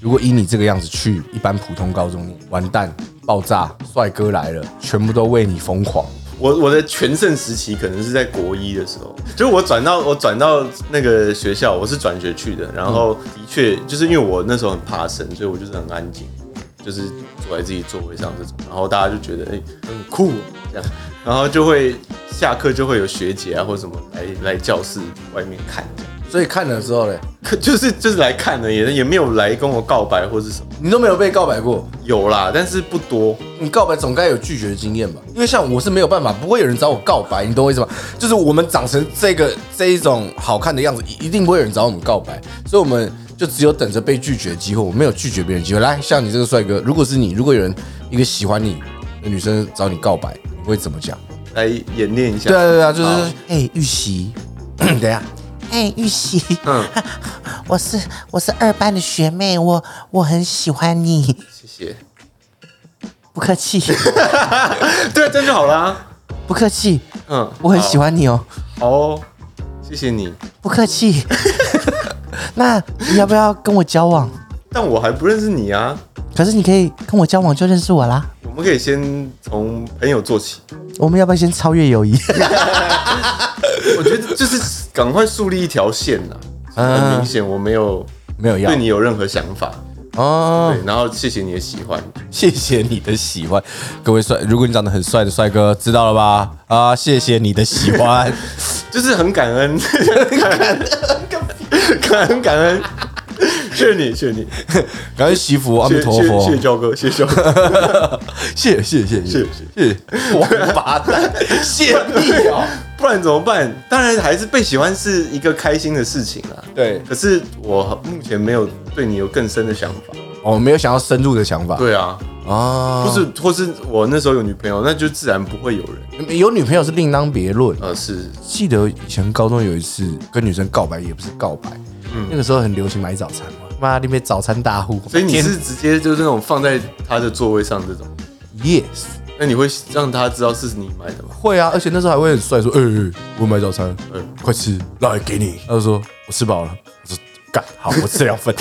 [SPEAKER 2] 如果以你这个样子去一般普通高中，你完蛋，爆炸，帅哥来了，全部都为你疯狂。
[SPEAKER 1] 我我的全盛时期可能是在国一的时候，就是我转到我转到那个学校，我是转学去的。然后
[SPEAKER 2] 嗯
[SPEAKER 1] 的确就是因为我那时候很怕生，所以我就是很安静，就是坐在自己座位上这种。然后大家就觉得哎、很酷哦这样，然后就会下课就会有学姐啊或者什么来来教室外面看这样。
[SPEAKER 2] 所以看了之后嘞，
[SPEAKER 1] 可就是就是来看的，也也没有来跟我告白或是什么，
[SPEAKER 2] 你都没有被告白过，
[SPEAKER 1] 有啦，但是不多。
[SPEAKER 2] 你告白总该有拒绝的经验吧？因为像我是没有办法，不会有人找我告白，你懂我意思吗？就是我们长成这个这一种好看的样子，一一定不会有人找我们告白，所以我们就只有等着被拒绝的机会，我没有拒绝别人的机会。来，像你这个帅哥，如果是你，如果有人一个喜欢你的女生找你告白，你会怎么讲？
[SPEAKER 1] 来演练一下。
[SPEAKER 2] 对啊，对啊，就是
[SPEAKER 1] 好
[SPEAKER 2] 哎，玉玺， 等一下，
[SPEAKER 3] 哎，玉玺，
[SPEAKER 1] 嗯，
[SPEAKER 3] 我是我是二班的学妹，我我很喜欢你，
[SPEAKER 1] 谢谢。
[SPEAKER 3] 不客气，
[SPEAKER 1] 对，啊这样就好啦。
[SPEAKER 3] 不客气，
[SPEAKER 1] 嗯，
[SPEAKER 3] 我很喜欢你哦，
[SPEAKER 1] 好。好哦，谢谢你。
[SPEAKER 3] 不 客气。 那你要不要跟我交往？
[SPEAKER 1] 但我还不认识你啊。
[SPEAKER 3] 可是你可以跟我交往就认识我啦。
[SPEAKER 1] 我们可以先从朋友做起。
[SPEAKER 3] 我们要不要先超越友谊？
[SPEAKER 1] 我觉得就是啊赶快树立一条线呐。很明显，我没有
[SPEAKER 2] 没有要
[SPEAKER 1] 对你有任何想法。
[SPEAKER 2] 啊哦
[SPEAKER 1] 对，，然后谢谢你的喜欢，
[SPEAKER 2] 谢谢你的喜欢，各位帅，如果你长得很帅的帅哥，知道了吧？啊，谢谢你的喜 欢，
[SPEAKER 1] 就是很感恩，感恩，感恩，感恩，谢谢你，谢谢你，
[SPEAKER 2] 感恩祈福，阿弥
[SPEAKER 1] 谢谢
[SPEAKER 2] 陀
[SPEAKER 1] 谢
[SPEAKER 2] 佛
[SPEAKER 1] 谢，焦哥，谢谢焦哥，
[SPEAKER 2] 谢谢谢谢谢谢，王八蛋，谢你哦，
[SPEAKER 1] 不然怎么办？当然还是被喜欢是一个开心的事情啊。
[SPEAKER 2] 对，
[SPEAKER 1] 可是我目前没有对你有更深的想法。
[SPEAKER 2] 我没有想要深入的想法，
[SPEAKER 1] 对啊，
[SPEAKER 2] 啊，
[SPEAKER 1] 或是或是我那时候有女朋友，那就自然不会有人。
[SPEAKER 2] 是有女朋友是另当别论，
[SPEAKER 1] 呃，是
[SPEAKER 2] 记得以前高中有一次跟女生告白，也不是告白，那个时候很流行买早餐嘛，妈那边早餐大户，
[SPEAKER 1] 所以你是直接就是那种放在他的座位上这种，
[SPEAKER 2] yes
[SPEAKER 1] 那你会让他知道是你买的吗？
[SPEAKER 2] 会啊，而且那时候还会很帅说，哎、欸，我买早餐，
[SPEAKER 1] 嗯
[SPEAKER 2] 快吃，来给你。他就说我吃饱了，我说干好，我吃两份。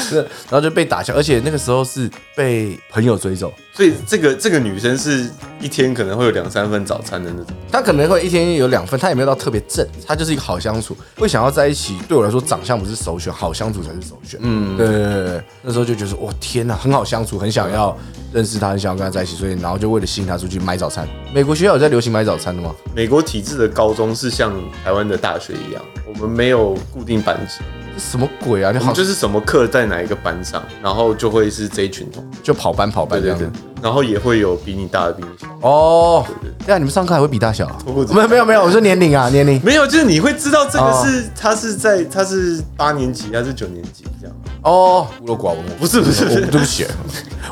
[SPEAKER 2] 是然后就被打消，而且那个时候是被朋友追走，
[SPEAKER 1] 所以这个这个女生是一天可能会有两三份早餐的那种，
[SPEAKER 2] 他可能会一天有两份，他也没有到特别正，他就是一个好相处，会想要在一起。对我来说，长相不是首选，好相处才是首选。嗯，对对对对，那时候就觉得哇天哪，很好相处，很想要认识他，很想要跟他在一起，所以然后就为了吸引他出去买早餐。美国学校有在流行买早餐的吗？
[SPEAKER 1] 美国体制的高中是像台湾的大学一样，我们没有固定班级，
[SPEAKER 2] 这什么鬼啊！你
[SPEAKER 1] 我
[SPEAKER 2] 好
[SPEAKER 1] 们就是什么课在哪一个班上，然后就会是这一群同学，
[SPEAKER 2] 就跑班跑班
[SPEAKER 1] 对
[SPEAKER 2] 这
[SPEAKER 1] 对
[SPEAKER 2] 样
[SPEAKER 1] 嗯
[SPEAKER 2] 子
[SPEAKER 1] 对。，然后也会有比你大的比你小，
[SPEAKER 2] 哦，对啊，你们上课还会比大小、啊？
[SPEAKER 1] 我不知道
[SPEAKER 2] 没有没有没有，我说年龄啊年龄。
[SPEAKER 1] 没有，就是你会知道这
[SPEAKER 2] 哦
[SPEAKER 1] 个是、他是在他是八年级还是九年级这样，
[SPEAKER 2] 哦，孤陋寡闻，
[SPEAKER 1] 不是不是
[SPEAKER 2] 我
[SPEAKER 1] 不是
[SPEAKER 2] 我对不起，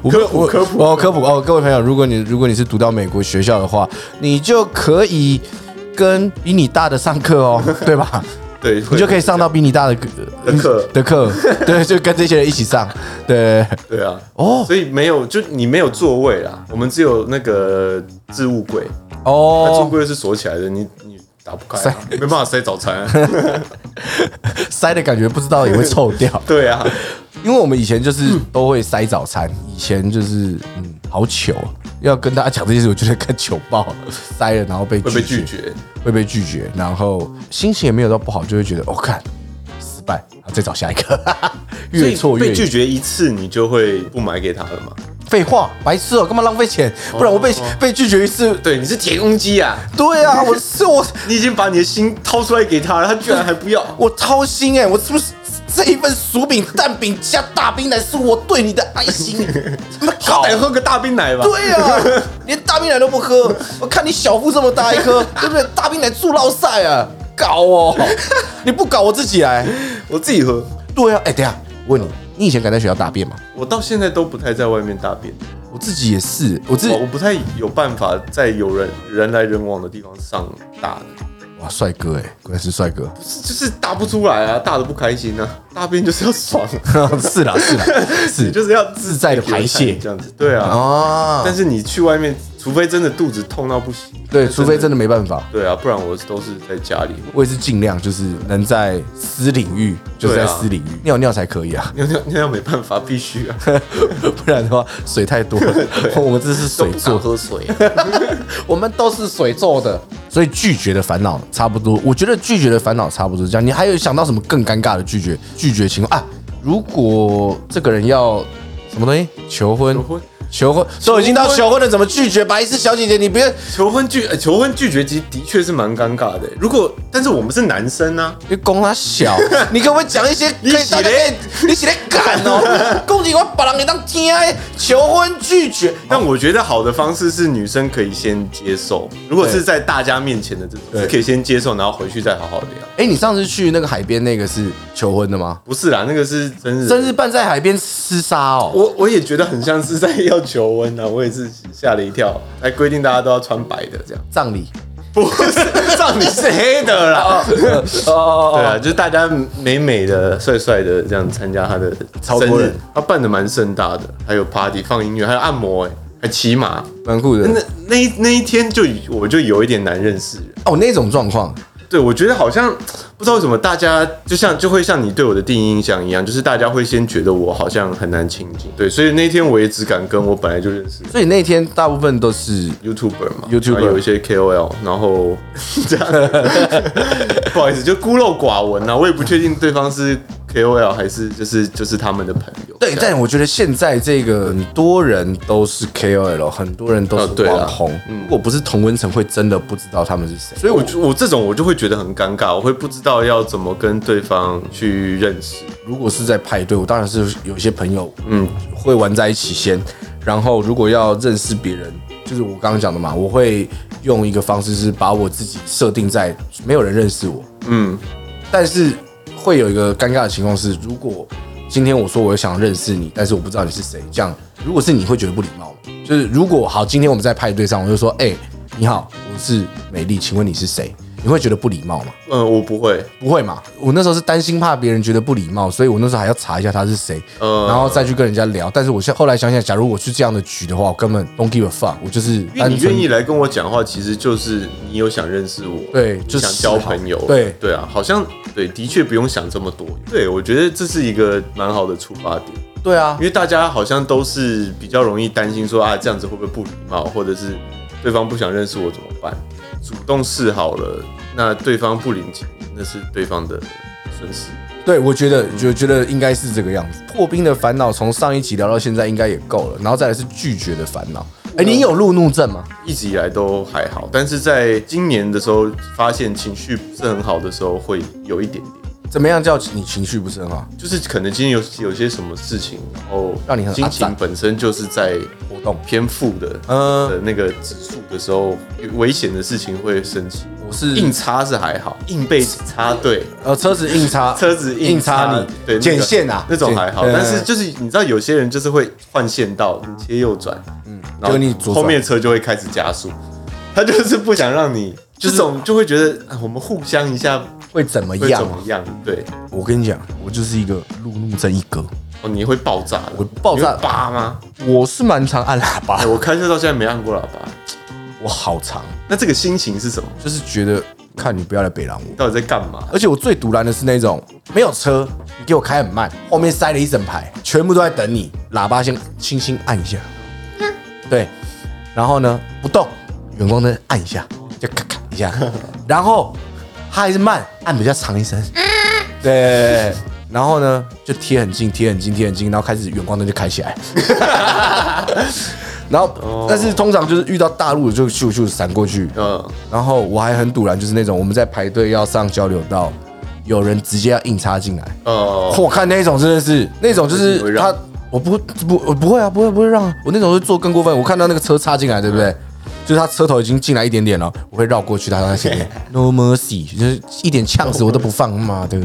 [SPEAKER 2] 我科普科普哦科普哦，各位朋友，如果你如果你是读到美国学校的话，你就可以跟比你大的上课哦，对吧？
[SPEAKER 1] 对，
[SPEAKER 2] 你
[SPEAKER 1] 会
[SPEAKER 2] 就可以上到比你大的
[SPEAKER 1] 的课
[SPEAKER 2] 的课，对，就跟这些人一起上，对，
[SPEAKER 1] 对啊，
[SPEAKER 2] 哦
[SPEAKER 1] 所以没有，就你没有座位啦，我们只有那个置物柜，那置物
[SPEAKER 2] 哦，
[SPEAKER 1] 柜是锁起来的，你你打不开、
[SPEAKER 2] 塞
[SPEAKER 1] 啊，没办法塞早餐、啊。
[SPEAKER 2] 塞的感觉不知道也会臭掉，
[SPEAKER 1] 对啊，
[SPEAKER 2] 因为我们以前就是都会塞早餐，以前就是嗯，好糗啊！要跟大家讲这些事，我觉得看糗爆了，塞了然后被
[SPEAKER 1] 会
[SPEAKER 2] 拒
[SPEAKER 1] 被
[SPEAKER 2] 绝，
[SPEAKER 1] 拒绝。
[SPEAKER 2] 会被拒绝，然后心情也没有到不好，就会觉得哦，看失败，啊再找下一个， 越
[SPEAKER 1] 所
[SPEAKER 2] 挫
[SPEAKER 1] 以
[SPEAKER 2] 越
[SPEAKER 1] 被拒
[SPEAKER 2] 勇。
[SPEAKER 1] 绝一次，你就会不买给他了嘛？
[SPEAKER 2] 废话，白痴哦，干嘛浪费钱？不然我被被拒绝一次，
[SPEAKER 1] 对，你是铁公鸡啊！
[SPEAKER 2] 对 啊，我是我
[SPEAKER 1] 你已经把你的心掏出来给他了，他居然还不要。
[SPEAKER 2] 我掏心哎，我是不是这一份薯饼、蛋饼加大冰奶是我对你的爱 心？怎么
[SPEAKER 1] 好
[SPEAKER 2] 搞
[SPEAKER 1] 歹喝个大冰奶吧。
[SPEAKER 2] 对啊，连大冰奶都不喝，我看你小腹这么大一颗，对不对？大冰奶住落晒啊，搞 哦！你不搞我自己来。
[SPEAKER 1] 我自己喝，
[SPEAKER 2] 对啊，哎、等一下，我问你，你以前敢在学校大便吗？
[SPEAKER 1] 我到现在都不太在外面大便，
[SPEAKER 2] 我自己也是，我自己
[SPEAKER 1] 我我不太有办法在有人人来人往的地方上大的。
[SPEAKER 2] 哇，帅哥哎、果然是帅哥。
[SPEAKER 1] 就是大不出来啊，大的不开心啊，大便就是要爽，啊
[SPEAKER 2] 是啦是啦 是，
[SPEAKER 1] 就是要
[SPEAKER 2] 自在的排泄
[SPEAKER 1] 这样子，对啊。
[SPEAKER 2] 啊
[SPEAKER 1] 但，是你去外面，除非真的肚子痛到不行，
[SPEAKER 2] 对，除非真的没办法。
[SPEAKER 1] 对啊，不然我都是在家里
[SPEAKER 2] 我也是尽量就是能在私领域，就是在
[SPEAKER 1] 对啊
[SPEAKER 2] 私领域、尿尿才可以啊，
[SPEAKER 1] 尿尿尿尿没办法，必须啊，
[SPEAKER 2] 不然的话水太 多了。我们这是水做，
[SPEAKER 1] 喝水、
[SPEAKER 2] 我们都是水做的，所以拒绝的烦恼差不多。我觉得拒绝的烦恼差不多是这样。你还有想到什么更尴尬的拒绝拒绝情况啊？如果这个人要什么东西求婚？
[SPEAKER 1] 求婚
[SPEAKER 2] 求婚都已经到求婚了，怎么拒绝？白痴小姐姐，你别，
[SPEAKER 1] 求婚拒、呃求婚拒绝其实的确是蛮尴尬的、如果但是我们是男生啊，
[SPEAKER 2] 你攻他 小，你可不可以讲一些可
[SPEAKER 1] 你
[SPEAKER 2] 以
[SPEAKER 1] 是
[SPEAKER 2] 大家可以
[SPEAKER 1] 咧
[SPEAKER 2] 你是在干 哦？攻击我把人给当天求婚拒绝，
[SPEAKER 1] 但我觉得好的方式是女生可以先接受，如果是在大家面前的这种，
[SPEAKER 2] 对
[SPEAKER 1] 是可以先接受，然后回去再好好聊。
[SPEAKER 2] 哎、你上次去那个海边那个是求婚的吗？
[SPEAKER 1] 不是啦，那个是真日
[SPEAKER 2] 生日办在海边厮杀哦。
[SPEAKER 1] 我我也觉得很像是在要求婚啊，我也是吓了一跳，还规定大家都要穿白的这样，
[SPEAKER 2] 葬礼
[SPEAKER 1] 不是葬礼是黑的啦，
[SPEAKER 2] 哦
[SPEAKER 1] 对啊，就是大家美美的、帅帅的这样参加他的
[SPEAKER 2] 超
[SPEAKER 1] 生
[SPEAKER 2] 多人
[SPEAKER 1] 日，他办的蛮盛大的，还有 party 放音乐，还有按摩、哎，还骑马，
[SPEAKER 2] 蛮酷的
[SPEAKER 1] 那那一那一天就我就有一点难认识人，
[SPEAKER 2] 哦，那种状况，
[SPEAKER 1] 对我觉得好像不知道为什么大家就像就会像你对我的第一印象一样，就是大家会先觉得我好像很难亲近，对，所以那天我也只敢跟我本来就认识的
[SPEAKER 2] 所以那天大部分都是
[SPEAKER 1] YouTuber 嘛
[SPEAKER 2] YouTuber
[SPEAKER 1] 然后有一些 KOL，然 后这样，不好意思，就孤陋寡闻啊，我也不确定对方是 KOL 还是就是就是他们的朋友。
[SPEAKER 2] 对，啊但我觉得现在这个很多人都是 KOL，很多人都
[SPEAKER 1] 哦对
[SPEAKER 2] 是
[SPEAKER 1] 啦
[SPEAKER 2] 网红。如果不是同温层，会真的不知道他们是谁。
[SPEAKER 1] 所以我就我这种我就会觉得很尴尬，我会不知道要怎么跟对方去认识。
[SPEAKER 2] 如果是在派对，我当然是有一些朋友，
[SPEAKER 1] 嗯
[SPEAKER 2] 嗯，会玩在一起先。然后如果要认识别人，就是我刚刚讲的嘛，我会用一个方式是把我自己设定在没有人认识我，
[SPEAKER 1] 嗯，
[SPEAKER 2] 但是会有一个尴尬的情况是，如果今天我说我想认识你，但是我不知道你是谁，这样如果是你会觉得不礼貌吗？就是如果好，今天我们在派对上，我就说，哎、你好，我是美丽，请问你是谁？你会觉得不礼貌吗？
[SPEAKER 1] 嗯，我不会，
[SPEAKER 2] 不会嘛？我那时候是担心怕别人觉得不礼貌，所以我那时候还要查一下他是谁，
[SPEAKER 1] 嗯
[SPEAKER 2] 然后再去跟人家聊。但是我现后来想想，假如我去这样的局的话，我根本 don't give a fuck，我就是
[SPEAKER 1] 因为
[SPEAKER 2] 单
[SPEAKER 1] 你
[SPEAKER 2] 纯
[SPEAKER 1] 愿意来跟我讲话，其实就是你有想认识我，
[SPEAKER 2] 对
[SPEAKER 1] 你
[SPEAKER 2] 就是
[SPEAKER 1] 想交朋友，
[SPEAKER 2] 对
[SPEAKER 1] 对啊，好像对，的确不用想这么多。对，我觉得这是一个蛮好的出发点，
[SPEAKER 2] 对啊
[SPEAKER 1] 因，为大家好像都是比较容易担心说啊，这样子会不会不礼貌，或者是对方不想认识我怎么办？主动示好了，那对方不领情，那是对方的损失。
[SPEAKER 2] 对，我觉得，我觉得应该是这个样子。破冰的烦恼从上一集聊到现在应该也够了，然后再来是拒绝的烦恼。
[SPEAKER 1] 呃
[SPEAKER 2] 哎，你有路怒症吗？
[SPEAKER 1] 一直以来都还好，但是在今年的时候发现情绪不是很好的时候，会有一点点，
[SPEAKER 2] 怎么样叫你情绪不是很好？
[SPEAKER 1] 就是可能今天有有些什么事情，哦然后
[SPEAKER 2] 让你很
[SPEAKER 1] 心
[SPEAKER 2] 阿
[SPEAKER 1] 情
[SPEAKER 2] 杂
[SPEAKER 1] 本身就是在
[SPEAKER 2] 活动
[SPEAKER 1] 偏负的
[SPEAKER 2] 嗯
[SPEAKER 1] 的那个指数的时候，危险的事情会生气。
[SPEAKER 2] 我是
[SPEAKER 1] 硬插是还好，硬被插对，
[SPEAKER 2] 呃车子硬插，
[SPEAKER 1] 车子硬
[SPEAKER 2] 硬插你，
[SPEAKER 1] 对那个
[SPEAKER 2] 剪线啊，
[SPEAKER 1] 那种
[SPEAKER 2] 剪
[SPEAKER 1] 还好，
[SPEAKER 2] 对
[SPEAKER 1] 但是就是你知道有些人就是会换线道，你切右转，嗯，然后
[SPEAKER 2] 就你左转
[SPEAKER 1] 后面车就会开始加速，他就是不想让 你。这种就会觉得啊我们互相一下
[SPEAKER 2] 会怎么
[SPEAKER 1] 会
[SPEAKER 2] 样
[SPEAKER 1] 怎？么样？对，
[SPEAKER 2] 我跟你讲，我就是一个路怒症一哥，
[SPEAKER 1] 哦，你会爆炸的，
[SPEAKER 2] 我爆炸
[SPEAKER 1] 你会叭吗？
[SPEAKER 2] 我是蛮常按喇叭
[SPEAKER 1] 哎，，我开车到现在没按过喇叭，
[SPEAKER 2] 我好常，
[SPEAKER 1] 那这个心情是什么？
[SPEAKER 2] 就是觉得看你不要来北狼我。
[SPEAKER 1] 到底在干嘛？
[SPEAKER 2] 而且我最堵然的是那种没有车，你给我开很慢，后面塞了一整排，全部都在等你，喇叭先轻轻按一下，对，然后呢不动，远光灯按一下，就咔咔一下，然后它还是慢，按比较长一声，对然后呢就贴很近，贴很近，贴很近，然后开始远光灯就开起来。 然后，但是通常就是遇到大陆的就咻咻闪过去，
[SPEAKER 1] 嗯，
[SPEAKER 2] 然后我还很堵然，就是那种我们在排队要上交流道，有人直接要硬插进来，
[SPEAKER 1] 哦，
[SPEAKER 2] 我看那种真的是那种就
[SPEAKER 1] 不会
[SPEAKER 2] 是
[SPEAKER 1] 让
[SPEAKER 2] 他，我不不我不会啊，不会不会让啊，我那种会做更过分，我看到那个车插进来，对不对？就是他车头已经进来一点点了，我会绕过去，他在 前面，no mercy，就是一点呛死我都不放，妈的！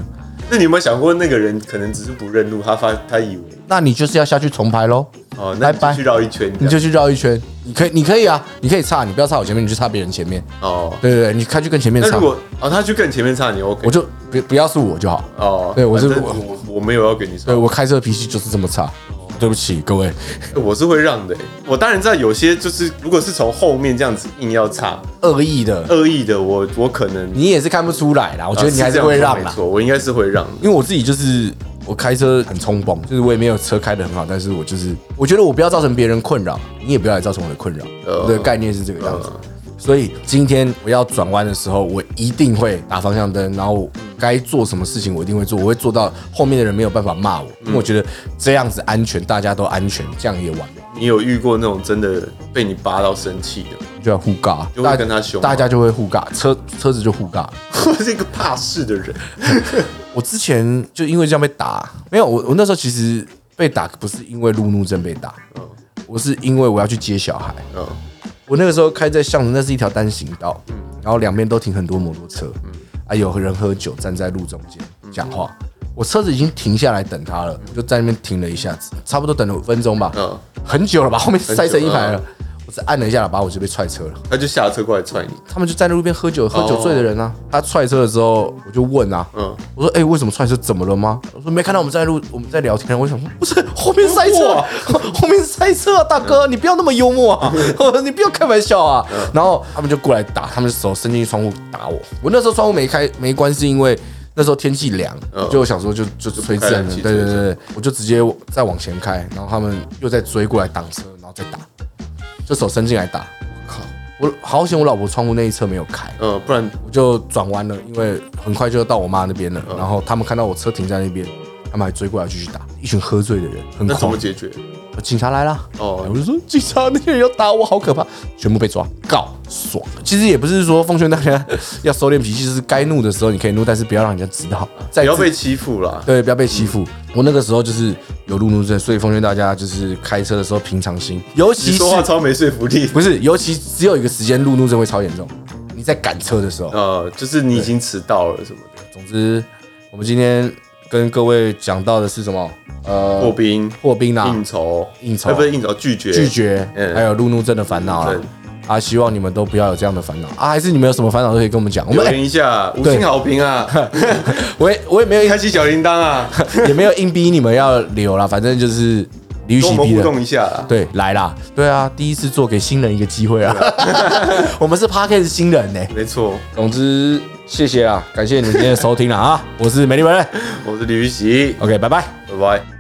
[SPEAKER 1] 那你有没有想过，那个人可能只是不认路，他发他以为
[SPEAKER 2] 那你就是要下去重排喽，
[SPEAKER 1] 哦，那你
[SPEAKER 2] 拜
[SPEAKER 1] 就
[SPEAKER 2] 拜
[SPEAKER 1] 去，绕一圈这样，
[SPEAKER 2] 你就去绕一圈，你可以你可以啊，你可以插，你不要插我前面，你去插别人前面，
[SPEAKER 1] 哦。
[SPEAKER 2] 对对对，你开去跟前面
[SPEAKER 1] 那
[SPEAKER 2] 插
[SPEAKER 1] 如，果哦，他去更前面插你 OK，
[SPEAKER 2] 我就不不要是我就好。
[SPEAKER 1] 哦，
[SPEAKER 2] 对我是
[SPEAKER 1] 反正我我没有要给你
[SPEAKER 2] 对
[SPEAKER 1] 说，
[SPEAKER 2] 我开车脾气就是这么差，对不起各位。
[SPEAKER 1] 我是会让的欸。我当然知道有些就是，如果是从后面这样子硬要插
[SPEAKER 2] 恶意的，
[SPEAKER 1] 恶意的，我我可能啊
[SPEAKER 2] 你也是看不出来啦，我觉得你还是
[SPEAKER 1] 这样
[SPEAKER 2] 会
[SPEAKER 1] 说
[SPEAKER 2] 让啊
[SPEAKER 1] 没
[SPEAKER 2] 啦，
[SPEAKER 1] 错，我应该是会让的。
[SPEAKER 2] 因为我自己就是我开车很冲动，就是我也没有车开的很好，但是我就是我觉得我不要造成别人困扰，你也不要来造成我的困扰，
[SPEAKER 1] 呃
[SPEAKER 2] 我的概念是这个样子。
[SPEAKER 1] 嗯
[SPEAKER 2] 所以今天我要转弯的时候，我一定会打方向灯，然后我该做什么事情我一定会做，我会做到后面的人没有办法骂我，因为我觉得这样子安全，大家都安全，这样也完美，
[SPEAKER 1] 你有遇过那种真的被你扒到生气的吗，
[SPEAKER 2] 就要互尬，
[SPEAKER 1] 就
[SPEAKER 2] 大
[SPEAKER 1] 会跟他凶啊吗
[SPEAKER 2] 大家就会互尬，车车子就互尬。
[SPEAKER 1] 我是一个怕事的人。
[SPEAKER 2] 我之前就因为这样被打，没有我我那时候其实被打不是因为路怒症被打，
[SPEAKER 1] 嗯
[SPEAKER 2] 我是因为我要去接小孩。
[SPEAKER 1] 嗯
[SPEAKER 2] 我那个时候开在巷子，那是一条单行道，然后两边都停很多摩托车，
[SPEAKER 1] 嗯
[SPEAKER 2] 啊，有人喝酒站在路中间讲话。我车子已经停下来等他了，我就在那边停了一下子，差不多等了五分钟吧，
[SPEAKER 1] 嗯，
[SPEAKER 2] 很久了吧，后面塞成一排
[SPEAKER 1] 嗯
[SPEAKER 2] 了。我只按了一下喇叭，我就被踹车了。
[SPEAKER 1] 他就下车过来踹你。
[SPEAKER 2] 他们就站在路边喝酒，喝酒醉的人啊。他踹车的时候，我就问啊，
[SPEAKER 1] 哦嗯
[SPEAKER 2] 我说，哎、为什么踹车？怎么了吗？我说没看到我们在路，我们在聊天。我想说，不是后面塞车啊， 后面塞车啊，大
[SPEAKER 1] 嗯
[SPEAKER 2] 哥，你不要那么幽默啊， 你不要开玩笑啊。然后他们就过来打，他们手伸进去窗户打我。我那时候窗户没开没关，是因为。那时候天气凉，
[SPEAKER 1] 嗯
[SPEAKER 2] 就想说就就
[SPEAKER 1] 不
[SPEAKER 2] 吹
[SPEAKER 1] 开
[SPEAKER 2] 自然
[SPEAKER 1] 冷
[SPEAKER 2] 的，
[SPEAKER 1] 气
[SPEAKER 2] 对对
[SPEAKER 1] 吹
[SPEAKER 2] 对
[SPEAKER 1] 自
[SPEAKER 2] 对，我就直接再往前开，然后他们又再追过来挡车，然后再打，就手伸进来打，
[SPEAKER 1] 靠，
[SPEAKER 2] 我好险，我老婆窗户那一侧没有开，
[SPEAKER 1] 嗯，不然嗯
[SPEAKER 2] 我就转弯了，因为很快就要到我妈那边了。然后他们看到我车停在那边，他们还追过来继续打，一群喝醉的人，很
[SPEAKER 1] 那怎
[SPEAKER 2] 狂
[SPEAKER 1] 么。解决？
[SPEAKER 2] 警察来了，
[SPEAKER 1] 哦
[SPEAKER 2] 哦，我就说警察那些人要打我，好可怕，全部被抓，告爽。其实也不是说奉劝大家 要收敛脾气，就是该怒的时候你可以怒，但是不要让人家知道，
[SPEAKER 1] 不
[SPEAKER 2] 不
[SPEAKER 1] 要被欺负啦。
[SPEAKER 2] 对，不要被欺负。我那个时候就是有路怒症，所以奉劝大家就是开车的时候平常心，尤其
[SPEAKER 1] 你
[SPEAKER 2] 是
[SPEAKER 1] 说话超没说服力。
[SPEAKER 2] 不是，尤其只有一个时间路怒症会超严重，你在赶车的时候。
[SPEAKER 1] 呃，就是你已经迟到了什么的。
[SPEAKER 2] 总之，我们今天跟各位讲到的是什么？呃，
[SPEAKER 1] 破冰、
[SPEAKER 2] 破冰啦、
[SPEAKER 1] 应酬、
[SPEAKER 2] 啊应酬
[SPEAKER 1] 哎不是应酬，拒绝、
[SPEAKER 2] 拒。绝，
[SPEAKER 1] 嗯
[SPEAKER 2] 还有路怒症的烦恼啦
[SPEAKER 1] 对。
[SPEAKER 2] 啊，希望你们都不要有这样的烦恼啊！还是你们有什么烦恼都可以跟我们讲。我
[SPEAKER 1] 留
[SPEAKER 2] 们、哎
[SPEAKER 1] 言一下，五星好评啊，
[SPEAKER 2] 我也我也没有
[SPEAKER 1] 开启小铃铛 啊，
[SPEAKER 2] 也没有硬逼你们要留啦，反正就是离
[SPEAKER 1] 跟我
[SPEAKER 2] 其
[SPEAKER 1] 们
[SPEAKER 2] 逼
[SPEAKER 1] 互
[SPEAKER 2] 的。
[SPEAKER 1] 动一下啊啦。
[SPEAKER 2] 对，来啦！对啊，第一次做给新人一个机 会啊！我们是 p a r k e 新人呢、
[SPEAKER 1] 没错，
[SPEAKER 2] 总之， 谢谢啊，感谢你们今天的收听了啊！我是美丽本人
[SPEAKER 1] 我是李玉玺，
[SPEAKER 2] ，OK，拜拜。
[SPEAKER 1] 拜拜。